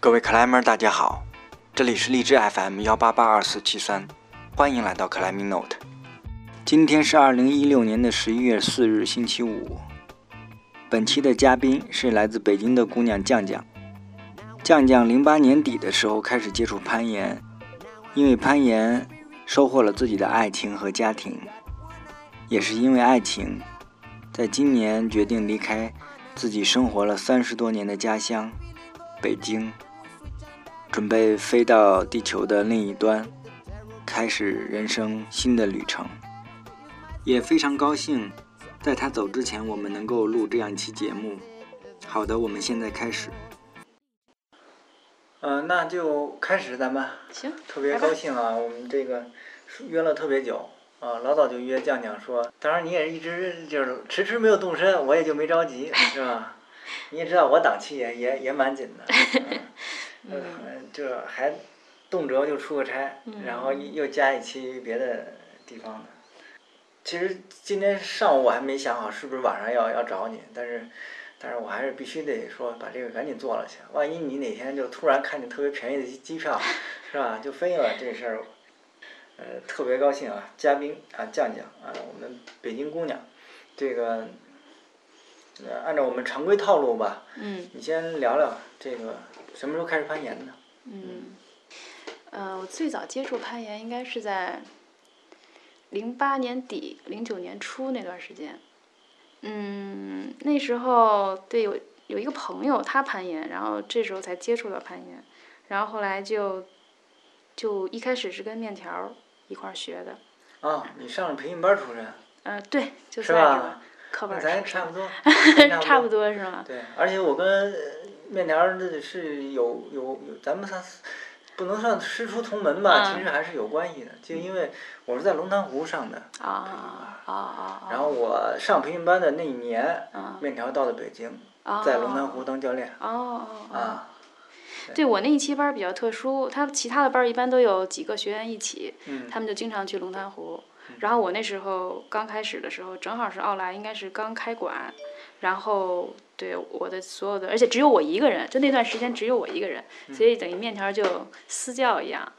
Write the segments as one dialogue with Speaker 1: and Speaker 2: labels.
Speaker 1: 各位克莱们，大家好，这里是荔枝 FM 幺八八二四七三，欢迎来到克莱米 Note。今天是二零一六年的十一月四日，星期五。本期的嘉宾是来自北京的姑娘酱酱。酱酱零八年底的时候开始接触攀岩，因为攀岩收获了自己的爱情和家庭，也是因为爱情，在今年决定离开自己生活了三十多年的家乡北京，准备飞到地球的另一端，开始人生新的旅程。也非常高兴，在他走之前，我们能够录这样一期节目。好的，我们现在开始。嗯、那就开始咱们。
Speaker 2: 行，
Speaker 1: 特别高兴啊！我们这个约了特别久啊，老早就约酱酱说，当然你也一直就是迟迟没有动身，我也就没着急，是吧？你也知道我档期也也也蛮紧的，嗯，呃这还动辄就出个差，然后又又加一期别的地方的。其实今天上午我还没想好是不是晚上要要找你，但是但是我还是必须得说把这个赶紧做了去，万一你哪天就突然看见特别便宜的机机票，是吧？就飞了这事儿，呃，特别高兴啊！嘉宾啊，酱酱啊，我们北京姑娘，这个，呃，按照我们常规套路吧，
Speaker 2: 嗯
Speaker 1: 你先聊聊这个什么时候开始攀岩的？
Speaker 2: 嗯，呃，我最早接触攀岩应该是在零八年底、零九年初那段时间。嗯，那时候对有有一个朋友他攀岩，然后这时候才接触到攀岩，然后后来就就一开始是跟面条儿一块儿学的。
Speaker 1: 啊，你上了培训班出身，
Speaker 2: 呃，对，就是算这
Speaker 1: 吧
Speaker 2: 个？课
Speaker 1: 那
Speaker 2: 本儿
Speaker 1: 咱
Speaker 2: 上，
Speaker 1: 差不多
Speaker 2: 差不。多是吗？
Speaker 1: 对，而且我跟呃面条儿这是有有有，咱们仨不能算师出同门吧，
Speaker 2: 嗯
Speaker 1: 其实还是有关系的。就因为我是在龙潭湖上的，
Speaker 2: 啊啊啊啊！
Speaker 1: 然后我上培训班的那一年，
Speaker 2: 啊
Speaker 1: 面条到了北京，
Speaker 2: 啊
Speaker 1: 在龙潭湖当教练
Speaker 2: 哦哦哦。
Speaker 1: 啊，
Speaker 2: 对我那一期班儿比较特殊，他其他的班儿一般都有几个学员一起，
Speaker 1: 嗯
Speaker 2: 他们就经常去龙潭湖。然后我那时候刚开始的时候，正好是奥莱应该是刚开馆，然后对我的所有的，而且只有我一个人，就那段时间只有我一个人，所以等于面条儿就私教一样。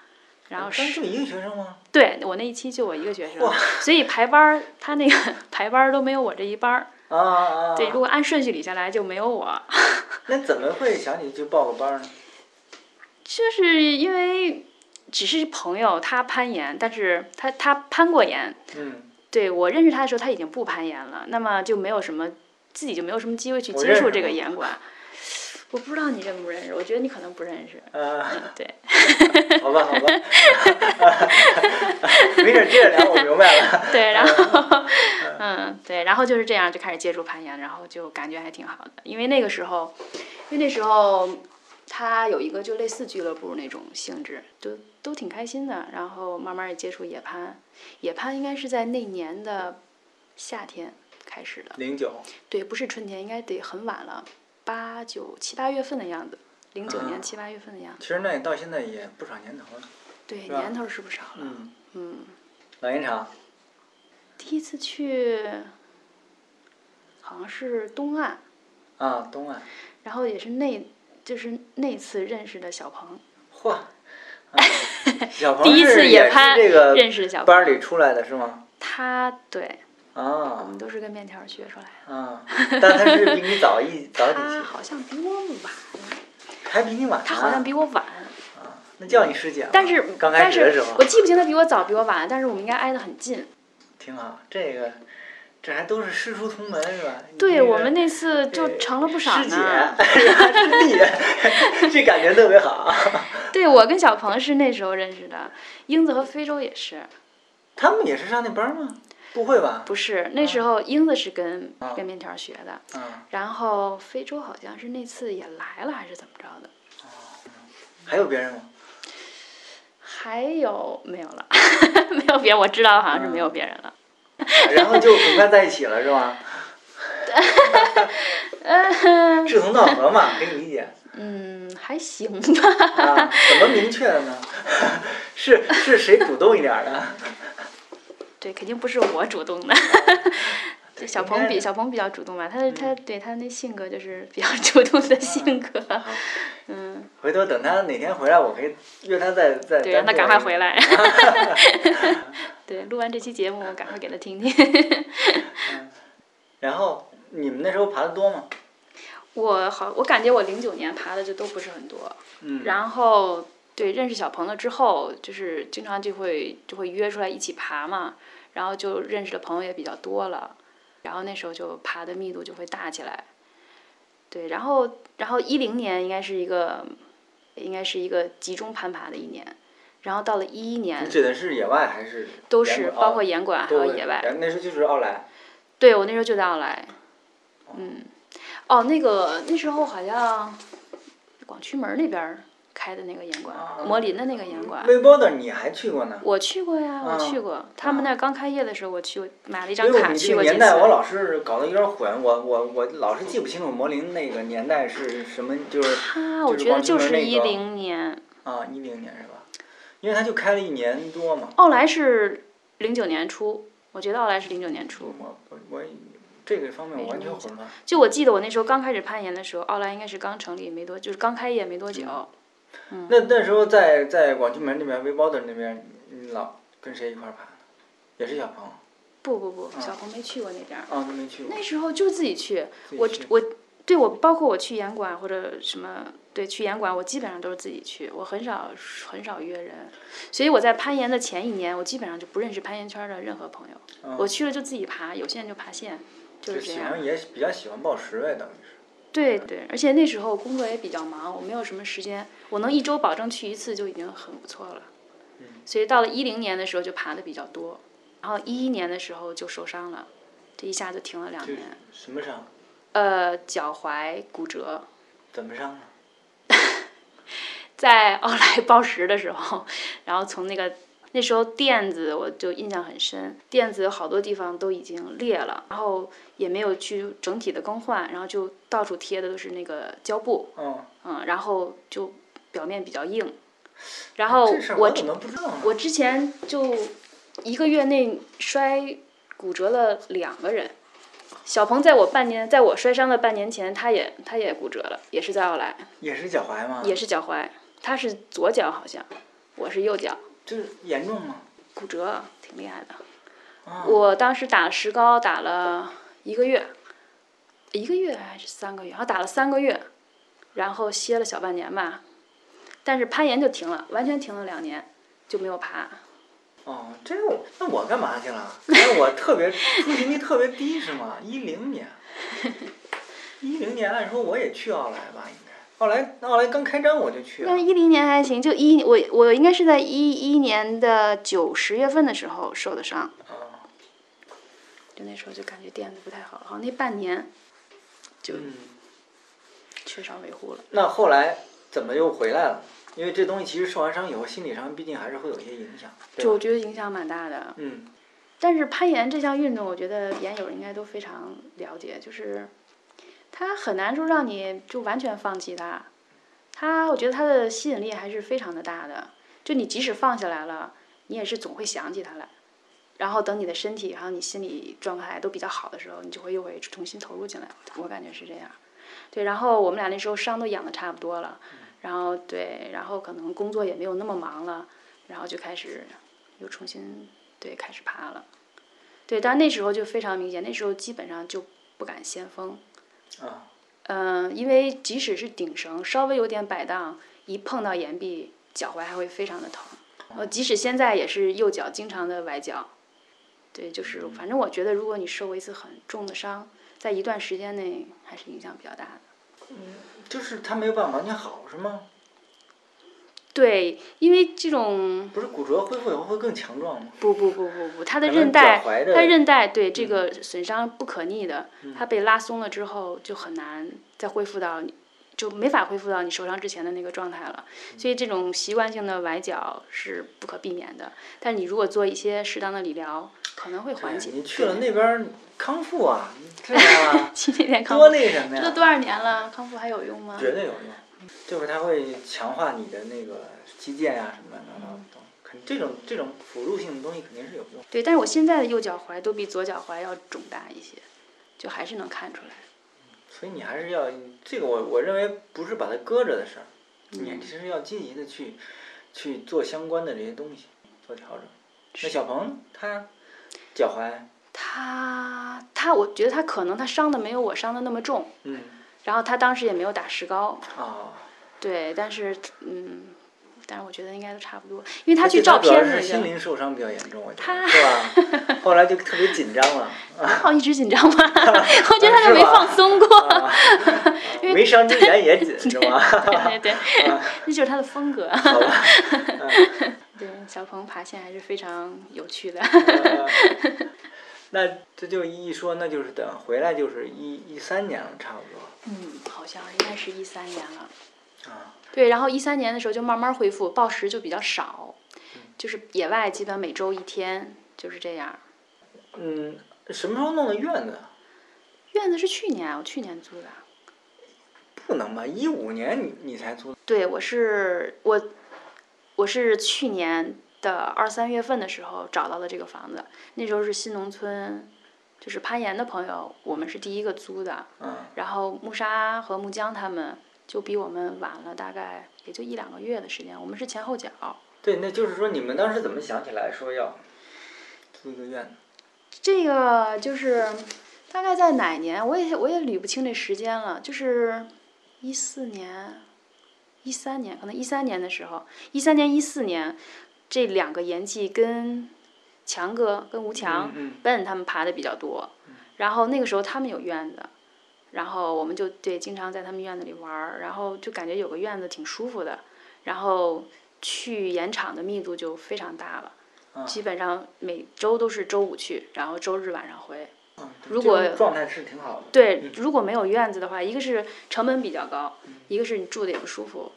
Speaker 2: 然后
Speaker 1: 咱
Speaker 2: 是
Speaker 1: 就一个学生吗？
Speaker 2: 对我那一期就我一个学生，所以排班儿他那个 排班儿都没有我这一班儿。
Speaker 1: 啊啊啊！
Speaker 2: 对，如果按顺序理下来就没有我。
Speaker 1: 那怎么会想起去报个班儿呢？
Speaker 2: 就是因为只是朋友，他攀岩，但是他他攀过岩。
Speaker 1: 嗯，
Speaker 2: 对我认识他的时候，他已经不攀岩了，那么就没有什么自己就没有什么机会去
Speaker 1: 我
Speaker 2: 接
Speaker 1: 认识
Speaker 2: 触这个
Speaker 1: 吗
Speaker 2: 岩馆。我不知道你认不认识，我觉得你可能不认识。
Speaker 1: 啊。
Speaker 2: 对，
Speaker 1: 好吧，好吧， 没事，接着聊，我明白 了。
Speaker 2: 对，然后， 嗯，对，然后就是这样就开始接触攀岩，然后就感觉还挺好的，因为那个时候，因为那时候它有一个就类似俱乐部那种性质，都都挺开心的。然后慢慢也接触野攀，野攀应该是在那年的夏天开始的，
Speaker 1: 零九，
Speaker 2: 对，不是春天，应该得很晚了，八九七八月份的样子，零九
Speaker 1: 啊
Speaker 2: 年七八月份的样子，
Speaker 1: 其实那你到现在也不少年头了。
Speaker 2: 对，
Speaker 1: 是吧
Speaker 2: 年头是不少了，
Speaker 1: 嗯，
Speaker 2: 嗯。
Speaker 1: 老烟厂，
Speaker 2: 第一次去，好像是东岸，
Speaker 1: 啊，东岸，
Speaker 2: 然后也是那，就是那次认识的小鹏，
Speaker 1: 嚯， 啊小鹏
Speaker 2: 第一次
Speaker 1: 哦是也
Speaker 2: 攀
Speaker 1: 是这个
Speaker 2: 认识的小鹏，
Speaker 1: 班里出来的是吗？
Speaker 2: 他对我
Speaker 1: 啊
Speaker 2: 们都是跟面条学出来的，
Speaker 1: 啊，但他是比你早 一早几
Speaker 2: 他
Speaker 1: 期，
Speaker 2: 好像比我晚，
Speaker 1: 还比你晚呢。
Speaker 2: 他好像比我晚，
Speaker 1: 啊，那叫你师姐吧。
Speaker 2: 但是
Speaker 1: 刚开
Speaker 2: 但
Speaker 1: 始的时
Speaker 2: 是
Speaker 1: 候嗯
Speaker 2: 我记不清他比我早比我晚，但是我们应该挨得很近。
Speaker 1: 挺好，这个这还都是师出同门是吧？你这
Speaker 2: 对
Speaker 1: 个
Speaker 2: 我们那次就成了不少
Speaker 1: 师姐，
Speaker 2: 呢。
Speaker 1: 师弟，这感觉特别好啊。
Speaker 2: 对我跟小鹏是那时候认识的，英子和非洲也是。
Speaker 1: 他们也是上那班吗？不会吧？
Speaker 2: 不是，那时候英子是跟、
Speaker 1: 啊
Speaker 2: 跟面条学的，
Speaker 1: 啊，
Speaker 2: 然后非洲好像是那次也来了，还是怎么着的？
Speaker 1: 还有别人吗？
Speaker 2: 还有没有了？ 没有别人，我知道好像是没有别人了。
Speaker 1: 然 后就很快在一起了，是吧？志同道合嘛，可以理解
Speaker 2: 嗯，还行 吧。
Speaker 1: 啊。怎么明确的呢？ 是是谁主动一点的？
Speaker 2: 哦对，肯定不是我主动的。嗯就
Speaker 1: 对
Speaker 2: 小
Speaker 1: 应
Speaker 2: 鹏
Speaker 1: 该
Speaker 2: 比
Speaker 1: 的
Speaker 2: 小鹏比较主动吧，他的他对他那性格就是比较主动的性格，嗯，
Speaker 1: 回头等他哪天回来，我可以约他再再。
Speaker 2: 对，
Speaker 1: 单
Speaker 2: 让他
Speaker 1: 做
Speaker 2: 赶
Speaker 1: 一
Speaker 2: 快
Speaker 1: 个
Speaker 2: 回 来。对，录完这期节目，我赶快给他听听。
Speaker 1: 然后你们那时候爬的多吗？
Speaker 2: 我好，我感觉我零九年爬的就都不是很多，
Speaker 1: 嗯，
Speaker 2: 然后对认识小朋友之后，就是经常就会就会约出来一起爬嘛，然后就认识的朋友也比较多了，然后那时候就爬的密度就会大起来。对，然后然后一零年应该是一个应该是一个集中攀爬的一年，然后到了一一年
Speaker 1: 你指的是野外还是
Speaker 2: 嗯都
Speaker 1: 岩
Speaker 2: 是
Speaker 1: 馆
Speaker 2: 包
Speaker 1: 哦
Speaker 2: 括严管还
Speaker 1: 都
Speaker 2: 有野外，
Speaker 1: 然后那时候就是奥莱，
Speaker 2: 对我那时候就在奥莱，嗯，哦，那个那时候好像广渠门那边儿开的那个严管，
Speaker 1: 啊
Speaker 2: 魔林的那个严管，
Speaker 1: 微波的你还去过呢。
Speaker 2: 我去过呀，我
Speaker 1: 啊
Speaker 2: 去过，他们那儿刚开业的时候我去过，买了一
Speaker 1: 因
Speaker 2: 张
Speaker 1: 为我
Speaker 2: 卡
Speaker 1: 们
Speaker 2: 去
Speaker 1: 这个
Speaker 2: 过几
Speaker 1: 年代，我
Speaker 2: 次。
Speaker 1: 老是搞得有点混，我我我老是记不清楚魔灵那个年代是什么，就是
Speaker 2: 他
Speaker 1: 就
Speaker 2: 我
Speaker 1: 是
Speaker 2: 觉得
Speaker 1: 广渠
Speaker 2: 就
Speaker 1: 门
Speaker 2: 是
Speaker 1: 那
Speaker 2: 一
Speaker 1: 个
Speaker 2: 零年，
Speaker 1: 啊一零年是吧？因为他就开了一年多嘛。
Speaker 2: 奥莱是零九年初，我觉得奥莱是零九年初。
Speaker 1: 我我我这个方面我完全混乱。
Speaker 2: 就我记得我那时候刚开始攀岩的时候，奥莱应该是刚成立没多，就是刚开业没多久。嗯
Speaker 1: 那那时候在在广渠门那边微波的那边，你老跟谁一块儿爬的？也是小鹏。
Speaker 2: 不不不，小红没去过那边儿，
Speaker 1: 啊，都没去过。
Speaker 2: 那时候就自己去，
Speaker 1: 自己
Speaker 2: 我
Speaker 1: 去
Speaker 2: 我对我包括我去严管或者什么，对去严管我基本上都是自己去，我很少很少约人，所以我在攀岩的前一年，我基本上就不认识攀岩圈儿的任何朋友，我去了就自己爬，有线就爬线，就是这
Speaker 1: 哦喜
Speaker 2: 样。
Speaker 1: 欢也比较喜欢报时呗，等于是。
Speaker 2: 对对，而且那时候工作也比较忙，我没有什么时间，我能一周保证去一次就已经很不错了。
Speaker 1: 嗯
Speaker 2: 所以到了一零年的时候就爬的比较多，然后一一年的时候就受伤了，这一下就停哦了两
Speaker 1: 就是
Speaker 2: 年，
Speaker 1: 什么伤？
Speaker 2: 呃，脚踝骨折。
Speaker 1: 怎么伤啊？
Speaker 2: 在 奥莱报时的时候，然后从那个那时候垫子我就印象很深，垫子有好多地方都已经裂了，然后也没有去整体的更换，然后就到处贴的都是那个胶布，
Speaker 1: 嗯。
Speaker 2: 嗯，然后就表面比较硬，然后
Speaker 1: 这事儿
Speaker 2: 哦我
Speaker 1: 怎么不知道呢？
Speaker 2: 我之前就一个月内摔骨折了两个人。小鹏在我半年，在我摔伤的半年前，他也他也骨折了，也是在奥莱。
Speaker 1: 也是脚踝吗？
Speaker 2: 也是脚踝，他是左脚好像，我是右脚，
Speaker 1: 就是严重吗？
Speaker 2: 骨折挺厉害的。
Speaker 1: 啊。
Speaker 2: 我当时打石膏打了一个月，一个月还是三个月，然后打了三个月，然后歇了小半年吧，但是攀岩就停了，完全停了两年，就没有爬。
Speaker 1: 哦，这个我那我干嘛去了？那我特别出勤率特别低是吗？一零年，一零年按说我也去奥莱吧，应该奥莱奥莱刚开张我就去了
Speaker 2: 但。是一零年还行，就一我我应该是在一一年的九十月份的时候受的伤，
Speaker 1: 啊，
Speaker 2: 就那时候就感觉垫子不太好，好像那半年就
Speaker 1: 嗯，
Speaker 2: 缺少维护了。
Speaker 1: 那后来怎么又回来了？因为这东西其实受完伤以后，心理上毕竟还是会有一些影响，对啊
Speaker 2: 就
Speaker 1: 吧？
Speaker 2: 我觉得影响蛮大的。
Speaker 1: 嗯，
Speaker 2: 但是攀岩这项运动，我觉得岩友应该都非常了解，就是它很难说让你就完全放弃它。它，我觉得它的吸引力还是非常的大的。就你即使放下来了，你也是总会想起它来。然后等你的身体，还有你心理状态都比较好的时候，你就会又会重新投入进来。我感觉是这样。对，然后我们俩那时候伤都养的差不多了，然后对，然后可能工作也没有那么忙了，然后就开始又重新对开始爬了。对，但那时候就非常明显，那时候基本上就不敢先锋。
Speaker 1: 啊，
Speaker 2: 嗯、因为即使是顶绳，稍微有点摆荡，一碰到岩壁，脚踝还会非常的疼。
Speaker 1: 哦
Speaker 2: 呃，即使现在也是右脚经常的崴脚。对，就是
Speaker 1: 嗯
Speaker 2: 反正我觉得，如果你受过一次很重的伤，在一段时间内还是影响比较大的。
Speaker 1: 就是他没有办法完全好是吗？
Speaker 2: 对，因为这种
Speaker 1: 不是骨折恢复以后会更强壮吗？
Speaker 2: 不不不不不，它的
Speaker 1: 可能
Speaker 2: 韧带
Speaker 1: 脚踝，的哎
Speaker 2: 它韧带对这个损伤不可逆的，它
Speaker 1: 嗯
Speaker 2: 被拉松了之后就很难再恢复到你，就没法恢复到你受伤之前的那个状态了。
Speaker 1: 嗯
Speaker 2: 所以这种习惯性的崴脚是不可避免的，但你如果做一些适当的理疗，可能会缓解。，
Speaker 1: 你哎去了那边儿康复啊，你这样啊
Speaker 2: 去那边康
Speaker 1: 多
Speaker 2: 复，
Speaker 1: 那什么
Speaker 2: 这
Speaker 1: 呀？
Speaker 2: 都多少年了，康复还有用吗？
Speaker 1: 绝对有用，就是它会强化你的那个肌腱呀、什么的，东西，肯这种这种辅助性的东西肯定是有用。
Speaker 2: 对，但是我现在的右脚踝都比左脚踝要肿大一些，就还是能看出来。
Speaker 1: 所以你还是要这个我，我认为不是把它搁着的事儿，
Speaker 2: 嗯
Speaker 1: 你其实要积极的去去做相关的这些东西，做调整。那小鹏呢他脚踝，
Speaker 2: 他他，我觉得他可能他伤的没有我伤的那么重，
Speaker 1: 嗯
Speaker 2: 然后他当时也没有打石膏，
Speaker 1: 啊，
Speaker 2: 对，但是嗯，但是我觉得应该都差不多，因为
Speaker 1: 而
Speaker 2: 他
Speaker 1: 且
Speaker 2: 去照
Speaker 1: 主要
Speaker 2: 片
Speaker 1: 是
Speaker 2: 里
Speaker 1: 心
Speaker 2: 的，
Speaker 1: 灵受伤比较严重，我觉得是 吧？后来就特别紧张了，
Speaker 2: 还好一直紧 张吗？我觉得他
Speaker 1: 是
Speaker 2: 都没
Speaker 1: 吧
Speaker 2: 放松过，
Speaker 1: 啊没伤之前也紧啊是吧？
Speaker 2: 对对对，那就是他的风格。
Speaker 1: 嗯好 吧，嗯
Speaker 2: 对，小鹏爬线还是非常有趣 的。
Speaker 1: 呃 那这就一说，那就是等回来就是一一三年了，差不多
Speaker 2: 嗯，好像应该是一三年了。
Speaker 1: 啊，
Speaker 2: 对，然后一三年的时候就慢慢恢复，暴食就比较少，
Speaker 1: 嗯
Speaker 2: 就是野外基本每周一天，就是这样。
Speaker 1: 嗯，什么时候弄的院子？
Speaker 2: 院子是去年，啊我去年租的。
Speaker 1: 不能吧？一五年你你才租，
Speaker 2: 对，我是我，我是去年的二三月份的时候找到了这个房子，那时候是新农村，就是攀岩的朋友，我们是第一个租的。
Speaker 1: 嗯，
Speaker 2: 然后木沙和木江他们就比我们晚了大概也就一两个月的时间，我们是前后脚。
Speaker 1: 对，那就是说你们当时怎么想起来说要租一个院子？
Speaker 2: 这个就是大概在哪年，我也我也捋不清这时间了，就是一四年、一三年，可能一三年的时候，一三年、一四年这两个延季跟强哥、跟吴强、
Speaker 1: 嗯
Speaker 2: 笨他们爬的比较多，然后那个时候他们有院子。然后我们就对经常在他们院子里玩儿，然后就感觉有个院子挺舒服的，然后去盐场的密度就非常大了。
Speaker 1: 嗯
Speaker 2: 基本上每周都是周五去，然后周日晚上回。
Speaker 1: 嗯，
Speaker 2: 如果
Speaker 1: 这种状态是挺好的，
Speaker 2: 对，如果没有院子的话，一个是成本比较高，一个是你住的也不舒服。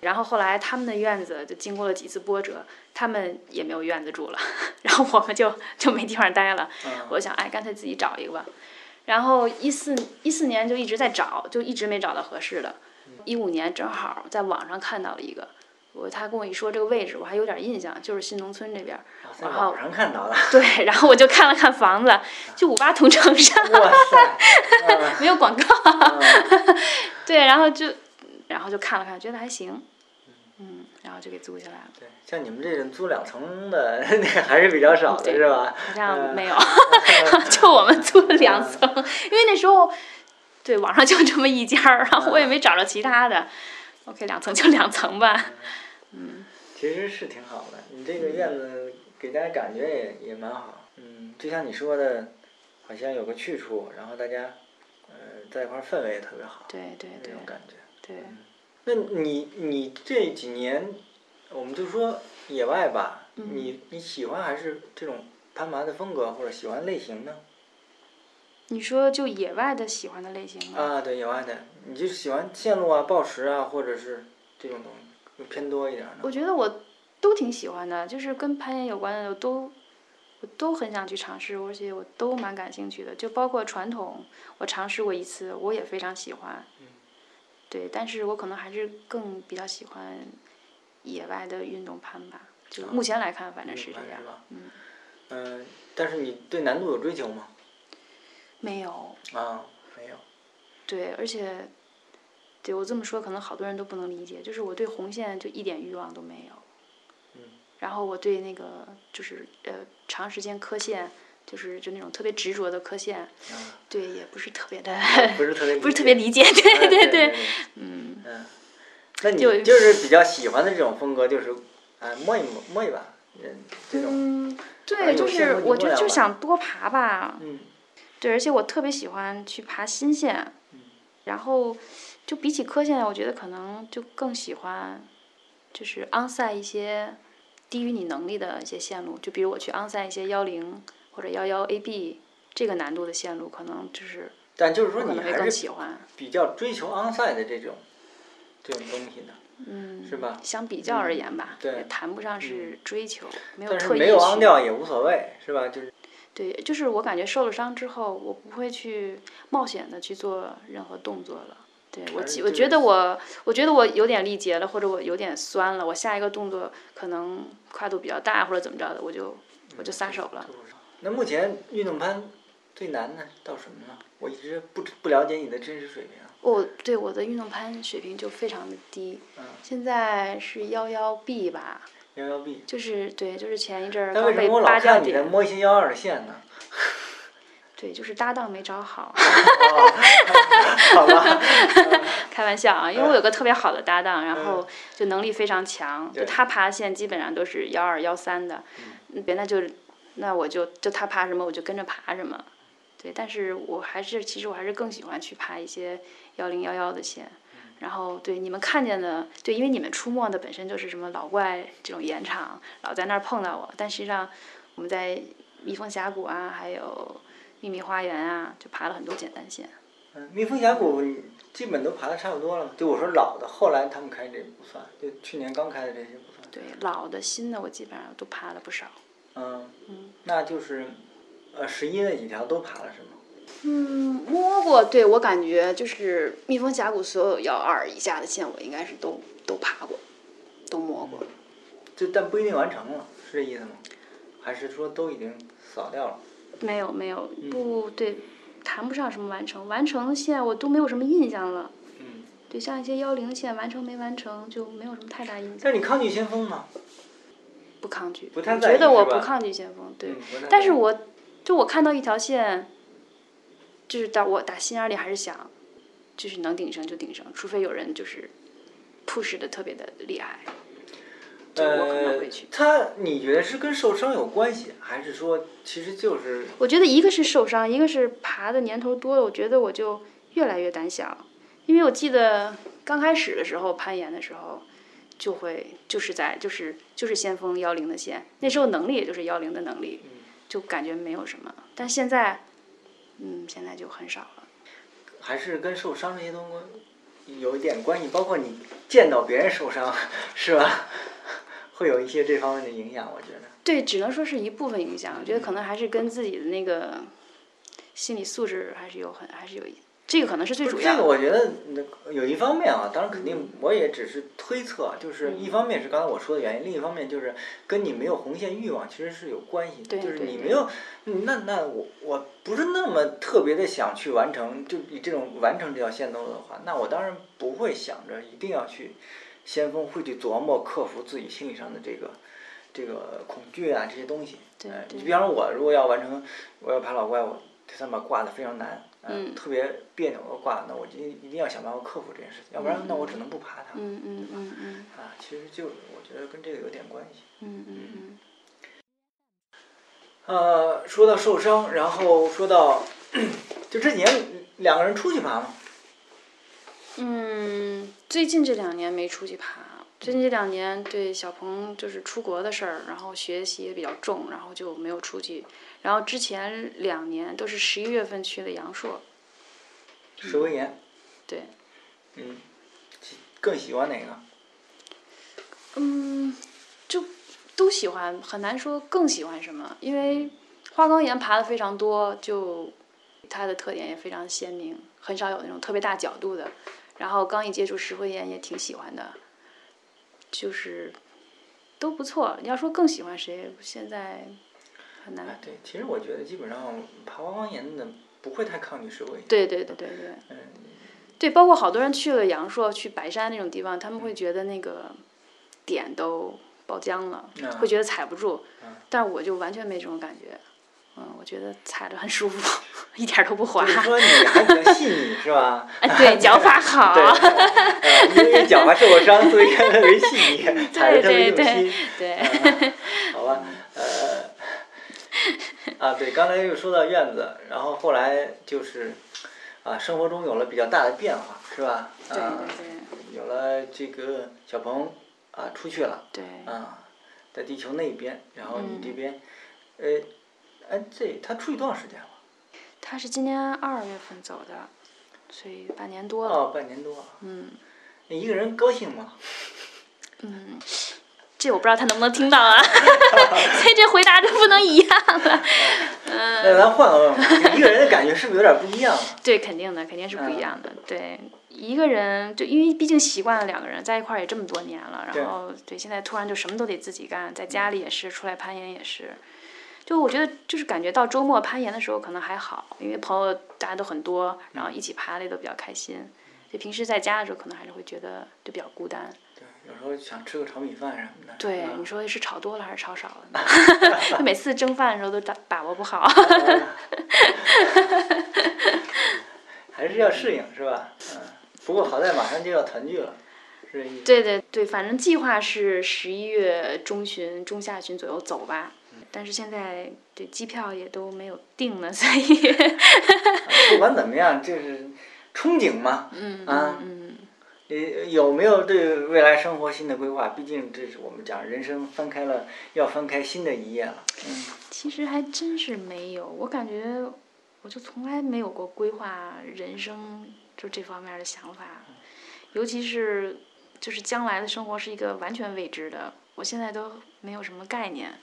Speaker 2: 然后后来他们的院子就经过了几次波折，他们也没有院子住了， 然后我们就就没地方待了。
Speaker 1: 嗯，
Speaker 2: 我想，哎，干脆自己找一个吧。然后一四一四年就一直在找，就一直没找到合适的。一五年正好在网上看到了一个，我他跟我一说这个位置，我还有点印象，就是新农村这边儿。
Speaker 1: 啊在网上看到的，
Speaker 2: 对，然后我就看了看房子，就五八同城上
Speaker 1: 哇塞， 嗯
Speaker 2: 没有广告，
Speaker 1: 嗯
Speaker 2: 对，然后就然后就看了看，觉得还行，嗯，然后就给租下来了。
Speaker 1: 对，像你们这种租两层的， 那个还是比较少的，
Speaker 2: 对
Speaker 1: 是吧？
Speaker 2: 好像
Speaker 1: 嗯
Speaker 2: 没有，就我们租了两层，因为那时候对网上就这么一家儿，然后我
Speaker 1: 嗯
Speaker 2: 也没找着其他的。OK，两层就两层吧。
Speaker 1: 其实是挺好的，你这个院子给大家感觉也也蛮好。嗯，就像你说的，好像有个去处，然后大家呃在一块儿氛围也特别好，
Speaker 2: 对对
Speaker 1: 那
Speaker 2: 对
Speaker 1: 种感觉。
Speaker 2: 对，
Speaker 1: 那你你这几年，我们就说野外吧，
Speaker 2: 嗯
Speaker 1: 你你喜欢还是这种攀爬的风格或者喜欢类型呢？
Speaker 2: 你说就野外的喜欢的类型吗？
Speaker 1: 啊，对，野外的，你就喜欢线路啊、暴食啊，或者是这种东西偏多一点儿
Speaker 2: 我
Speaker 1: 呢？
Speaker 2: 觉得我都挺喜欢的，就是跟攀岩有关的我都我都很想去尝试，而且我都蛮感兴趣的。就包括传统，我尝试过一次，我也非常喜欢。
Speaker 1: 嗯
Speaker 2: 对，但是我可能还是更比较喜欢野外的运动攀吧。就
Speaker 1: 啊
Speaker 2: 目前来看，反正
Speaker 1: 嗯
Speaker 2: 是这
Speaker 1: 还是
Speaker 2: 样。
Speaker 1: 吧
Speaker 2: 嗯，
Speaker 1: 嗯、但是你对难度有追求吗？
Speaker 2: 没有，
Speaker 1: 啊，没有。
Speaker 2: 对，而且，对我这么说，可能好多人都不能理解，就是我对红线就一点欲望都没有。
Speaker 1: 嗯。
Speaker 2: 然后我对那个就是呃长时间磕线，就是就那种特别执着的磕线，
Speaker 1: 啊
Speaker 2: 对，也不是特别的，
Speaker 1: 不是特别理解，
Speaker 2: 不是特别理解。
Speaker 1: 哎。
Speaker 2: 对
Speaker 1: 对
Speaker 2: 对
Speaker 1: 对
Speaker 2: 对，，嗯，
Speaker 1: 嗯。那你
Speaker 2: 就
Speaker 1: 就是比较喜欢的这种风格，就是，哎，摸一摸摸一把，嗯，这种，
Speaker 2: 嗯，
Speaker 1: 反正
Speaker 2: 对，
Speaker 1: 有
Speaker 2: 就
Speaker 1: 线
Speaker 2: 是
Speaker 1: 路你
Speaker 2: 我
Speaker 1: 不
Speaker 2: 觉得
Speaker 1: 了
Speaker 2: 就
Speaker 1: 吧
Speaker 2: 想多爬吧，
Speaker 1: 嗯
Speaker 2: 对，而且我特别喜欢去爬新线，
Speaker 1: 嗯
Speaker 2: 然后就比起科线，我觉得可能就更喜欢就是 onsite 一些低于你能力的一些线路，就比如我去 onsite 一些幺零或者幺幺 AB 这个难度的线路，可能就是
Speaker 1: 但就是
Speaker 2: 我
Speaker 1: 说
Speaker 2: 可
Speaker 1: 你
Speaker 2: 能会
Speaker 1: 还
Speaker 2: 更
Speaker 1: 是
Speaker 2: 喜欢，
Speaker 1: 比较追求 onsite 的这种这种东西的，
Speaker 2: 嗯，
Speaker 1: 是吧
Speaker 2: 相比较而
Speaker 1: 嗯
Speaker 2: 言吧，
Speaker 1: 对嗯
Speaker 2: 也谈不上是追求，没有
Speaker 1: 但是
Speaker 2: 特意
Speaker 1: 没有 on
Speaker 2: 去
Speaker 1: 掉也无所谓，是吧？就是
Speaker 2: 对，就是我感觉受了伤之后，我不会去冒险的去做任何动作了。对我
Speaker 1: 而
Speaker 2: 记，
Speaker 1: 且
Speaker 2: 我
Speaker 1: 就
Speaker 2: 觉
Speaker 1: 是
Speaker 2: 得我，我觉得我有点力竭了，或者我有点酸了，我下一个动作可能
Speaker 1: 嗯
Speaker 2: 跨度比较大，或者怎么着的，我就我就撒手了。
Speaker 1: 那目前运动攀最难呢到什么了？我一直不不了解你的真实水平。啊
Speaker 2: 我对我的运动攀水平就非常的低，
Speaker 1: 嗯
Speaker 2: 现在是幺幺 B 吧，
Speaker 1: 幺幺 B，
Speaker 2: 就是对，就是前一阵儿
Speaker 1: 那
Speaker 2: 刚
Speaker 1: 为什
Speaker 2: 被
Speaker 1: 么我
Speaker 2: 芭
Speaker 1: 老
Speaker 2: 蕉
Speaker 1: 看你在
Speaker 2: 点，
Speaker 1: 摸一些幺二的线呢？
Speaker 2: 对，就是搭档没找好，
Speaker 1: 哦好吧，
Speaker 2: 开玩笑啊，因为我有个特别好的搭档，然后就能力非常强，就
Speaker 1: 嗯对嗯
Speaker 2: 他爬线基本上都是幺二幺三的，嗯别那就那我就就他爬什么我就跟着爬什么，对，但是我还是其实我还是更喜欢去爬一些幺零幺幺的线。
Speaker 1: 嗯
Speaker 2: 然后对你们看见的，对，因为你们出没的本身就是什么老怪这种盐场，老在那儿碰到我，但实际上我们在蜜蜂峡谷啊，还有秘密花园啊，就爬了很多简单线。
Speaker 1: 嗯蜜蜂峡谷你基本都爬的差不多了嘛。就我说老的，后来他们开这不算，就去年刚开的这些不算。
Speaker 2: 对，老的、新的我基本上都爬了不少。
Speaker 1: 嗯，
Speaker 2: 嗯
Speaker 1: 那就是，呃，十一那几条都爬了是吗？
Speaker 2: 嗯，摸过，对我感觉就是蜜蜂峡谷所有幺二以下的线，我应该是都都爬过，都摸过。
Speaker 1: 就但不一定完成了，是这意思吗？还是说都已经扫掉了？
Speaker 2: 没有没有，不对，谈不上什么完成，完成的线我都没有什么印象了。
Speaker 1: 嗯，
Speaker 2: 对，像一些幺零线完成没完成就没有什么太大印象，
Speaker 1: 但是你抗拒先锋呢？
Speaker 2: 不抗拒。
Speaker 1: 不太
Speaker 2: 我
Speaker 1: 在
Speaker 2: 觉
Speaker 1: 意
Speaker 2: 得我
Speaker 1: 是吧
Speaker 2: 不抗拒先锋，对。
Speaker 1: 嗯，不太
Speaker 2: 但是
Speaker 1: 在意
Speaker 2: 我就我看到一条线，就是打我打心眼儿里还是想，就是能顶上就顶上，除非有人就是 push 的特别的厉害，就我可能会去。
Speaker 1: 呃、他你觉得是跟受伤有关系，还是说其实就是
Speaker 2: 我觉得一个是受伤，一个是爬的年头多了，我觉得我就越来越胆小，因为我记得刚开始的时候攀岩的时候。就会就是在就是就是先锋幺零的线，那时候能力也就是幺零的能力，
Speaker 1: 嗯
Speaker 2: 就感觉没有什么。但现在，嗯，现在就很少了。
Speaker 1: 还是跟受伤这些东西有一点关系？包括你见到别人受伤，是吧？ 会有一些这方面的影响，我觉得。
Speaker 2: 对，只能说是一部分影响。我觉得可能还是跟自己的那个心理素质还是有很，还是有一这个可能是最主要
Speaker 1: 这
Speaker 2: 的。嗯
Speaker 1: 个我觉得那有一方面啊，当然肯定我也只是推测，啊就是一方面是刚才我说的原因，另一方面就是跟你没有红线欲望其实是有关系的，
Speaker 2: 对
Speaker 1: 就是
Speaker 2: 对
Speaker 1: 你
Speaker 2: 对
Speaker 1: 没有，嗯那那我我不是那么特别的想去完成，就以这种完成这条线路的话，那我当然不会想着一定要去先锋，会去琢磨克服自己心理上的这个这个恐惧啊这些东西。
Speaker 2: 对
Speaker 1: 哎你
Speaker 2: 对
Speaker 1: 比方说，我如果要完成，我要爬老怪，我这三把挂的非常难，哎
Speaker 2: 嗯
Speaker 1: 特别别扭的挂，那我就一定要想办法克服这件事情，要不然
Speaker 2: 嗯
Speaker 1: 那我只能不爬它。
Speaker 2: 嗯嗯嗯嗯
Speaker 1: 啊，其实就我觉得跟这个有点关系。
Speaker 2: 嗯嗯
Speaker 1: 呃，说到受伤，然后说到， 就这几年两个人出去爬嘛，
Speaker 2: 嗯嗯，最近这两年没出去爬。最近这两年，对小鹏就是出国的事儿，然后学习也比较重，然后就没有出去。然后之前两年都是十一月份去的阳朔，
Speaker 1: 石灰岩，
Speaker 2: 嗯对，
Speaker 1: 嗯，其更喜欢哪个？啊
Speaker 2: 嗯，就都喜欢，很难说更喜欢什么，因为花岗岩爬的非常多，就它的特点也非常鲜明，很少有那种特别大角度的。然后刚一接触石灰岩也挺喜欢的，就是都不错。你要说更喜欢谁，现在很
Speaker 1: 哎
Speaker 2: 难。，
Speaker 1: 对，其实我觉得基本上爬花岗岩的不会太抗拒石灰岩。
Speaker 2: 对对对对对
Speaker 1: 嗯，
Speaker 2: 对，包括好多人去了阳朔、去白山那种地方，他们会觉得那个点都爆浆了。
Speaker 1: 那
Speaker 2: 会觉得踩不住
Speaker 1: 嗯，
Speaker 2: 但是我就完全没这种感觉。嗯，我觉得踩着很舒服， 一点儿都不滑
Speaker 1: 就。是说你还比较细腻是吧？
Speaker 2: 哎， 对，脚法好。
Speaker 1: 对，
Speaker 2: 哦
Speaker 1: 呃因为脚还受过伤，所以看特别细 腻，踩着特别用心。
Speaker 2: 对
Speaker 1: 嗯 好吧，呃，啊，对，刚才又说到院子，然后后来就是，啊，生活中有了比较大的变化，是吧？
Speaker 2: 对
Speaker 1: 啊，
Speaker 2: 对
Speaker 1: 有了这个小鹏啊出去了，
Speaker 2: 对对，
Speaker 1: 啊，在地球那边，然后你
Speaker 2: 嗯
Speaker 1: 这边，呃，哎，这他出去多长时间了？
Speaker 2: 他是今年二月份走的，所以半年多了。
Speaker 1: 哦，半年多了。
Speaker 2: 嗯
Speaker 1: 你一个人高兴吗？
Speaker 2: 嗯，这我不知道他能不能听到啊， 所以这回答就不能一样了。
Speaker 1: 那咱哎换个问 法，一个人的感觉是不是有点不一样啊？
Speaker 2: 对，肯定的，肯定是不一样的。对，一个人就因为毕竟习惯了两个人在一块儿也这么多年了，
Speaker 1: 对
Speaker 2: 然后对现在突然就什么都得自己干，在家里也是，出来攀岩也是，就我觉得就是感觉到周末攀岩的时候可能还好，因为朋友大家都很多，然后一起爬的都比较开心。就平时在家的时候，可能还是会觉得就比较孤单。
Speaker 1: 对，有时候想吃个炒米饭什么的。
Speaker 2: 对，
Speaker 1: 嗯
Speaker 2: 你说是炒多了还是炒少了呢？ 就每次蒸饭的时候都把把握不好。
Speaker 1: 还是要适应是吧？嗯，不过好在马上就要团聚了，啊是一
Speaker 2: 对对对，反正计划是十一月中旬、中下旬左右走吧。
Speaker 1: 嗯
Speaker 2: 但是现在这机票也都没有定 呢，所以
Speaker 1: 不管怎么样，就是憧憬嘛。
Speaker 2: 嗯
Speaker 1: 啊
Speaker 2: 嗯
Speaker 1: 你有没有对未来生活新的规划？毕竟这是我们讲人生翻开了，要翻开新的一页了。嗯，
Speaker 2: 其实还真是没有，我感觉我就从来没有过规划人生就这方面的想法，
Speaker 1: 嗯
Speaker 2: 尤其是就是将来的生活是一个完全未知的，我现在都没有什么概念。
Speaker 1: 啊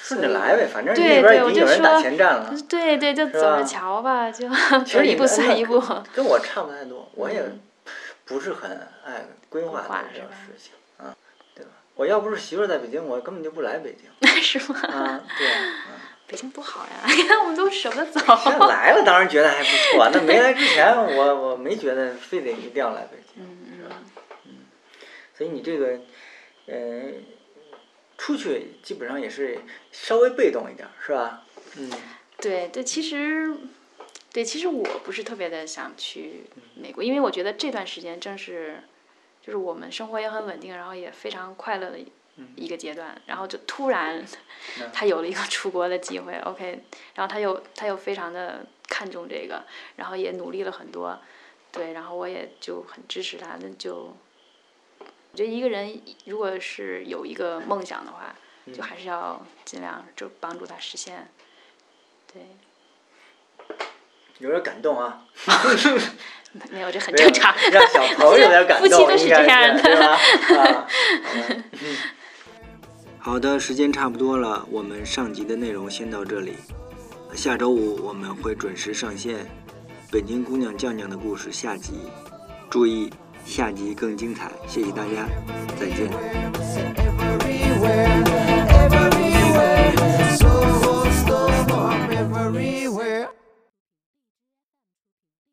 Speaker 1: 顺着来呗，反正那
Speaker 2: 对
Speaker 1: 边
Speaker 2: 对
Speaker 1: 已经有
Speaker 2: 我就
Speaker 1: 人打
Speaker 2: 说嗯
Speaker 1: 前站了。
Speaker 2: 对对，就是走着
Speaker 1: 吧
Speaker 2: 瞧吧，就
Speaker 1: 其实
Speaker 2: 一
Speaker 1: 你
Speaker 2: 步
Speaker 1: 们那
Speaker 2: 算一步。
Speaker 1: 跟我差不太多，我也
Speaker 2: 嗯
Speaker 1: 不是很爱规划
Speaker 2: 规划
Speaker 1: 这
Speaker 2: 是
Speaker 1: 种
Speaker 2: 吧
Speaker 1: 事情，啊，对吧？我要不是媳妇儿在北京，我根本就不来 北京。
Speaker 2: 是吗？
Speaker 1: 啊，对啊，嗯
Speaker 2: 北京不好呀， 你看我们都舍不得走。
Speaker 1: 现在来了，当然觉得还不错。那没来之前，我我没觉得非得一定要来北京，
Speaker 2: 嗯
Speaker 1: 是吧
Speaker 2: 嗯？
Speaker 1: 所以你这个，呃，出去基本上也是稍微被动一点儿，是吧？嗯，
Speaker 2: 对对，其实，对，其实我不是特别的想去美国，因为我觉得这段时间正是，就是我们生活也很稳定，然后也非常快乐的一
Speaker 1: 嗯
Speaker 2: 一个阶段，然后就突然
Speaker 1: 嗯
Speaker 2: 他有了一个出国的机会，OK，然后他又他又非常的看重这个，然后也努力了很多，对，然后我也就很支持他，那就。我觉得一个人如果是有一个梦想的话，就还是要尽量就帮助他实现。对，
Speaker 1: 有点感动啊，
Speaker 2: 没有，这很
Speaker 1: 没有
Speaker 2: 正常。
Speaker 1: 让小朋友有 点感
Speaker 2: 夫妻
Speaker 1: 动，
Speaker 2: 都是
Speaker 1: 应该
Speaker 2: 这样的
Speaker 1: 对吧？ 啊，嗯好的，时间差不多了，我们上集的内容先到这里。下周五我们会准时上线《北京姑娘酱酱的故事》下集，注意下集更精彩，谢谢大家，再见。
Speaker 3: everywhere.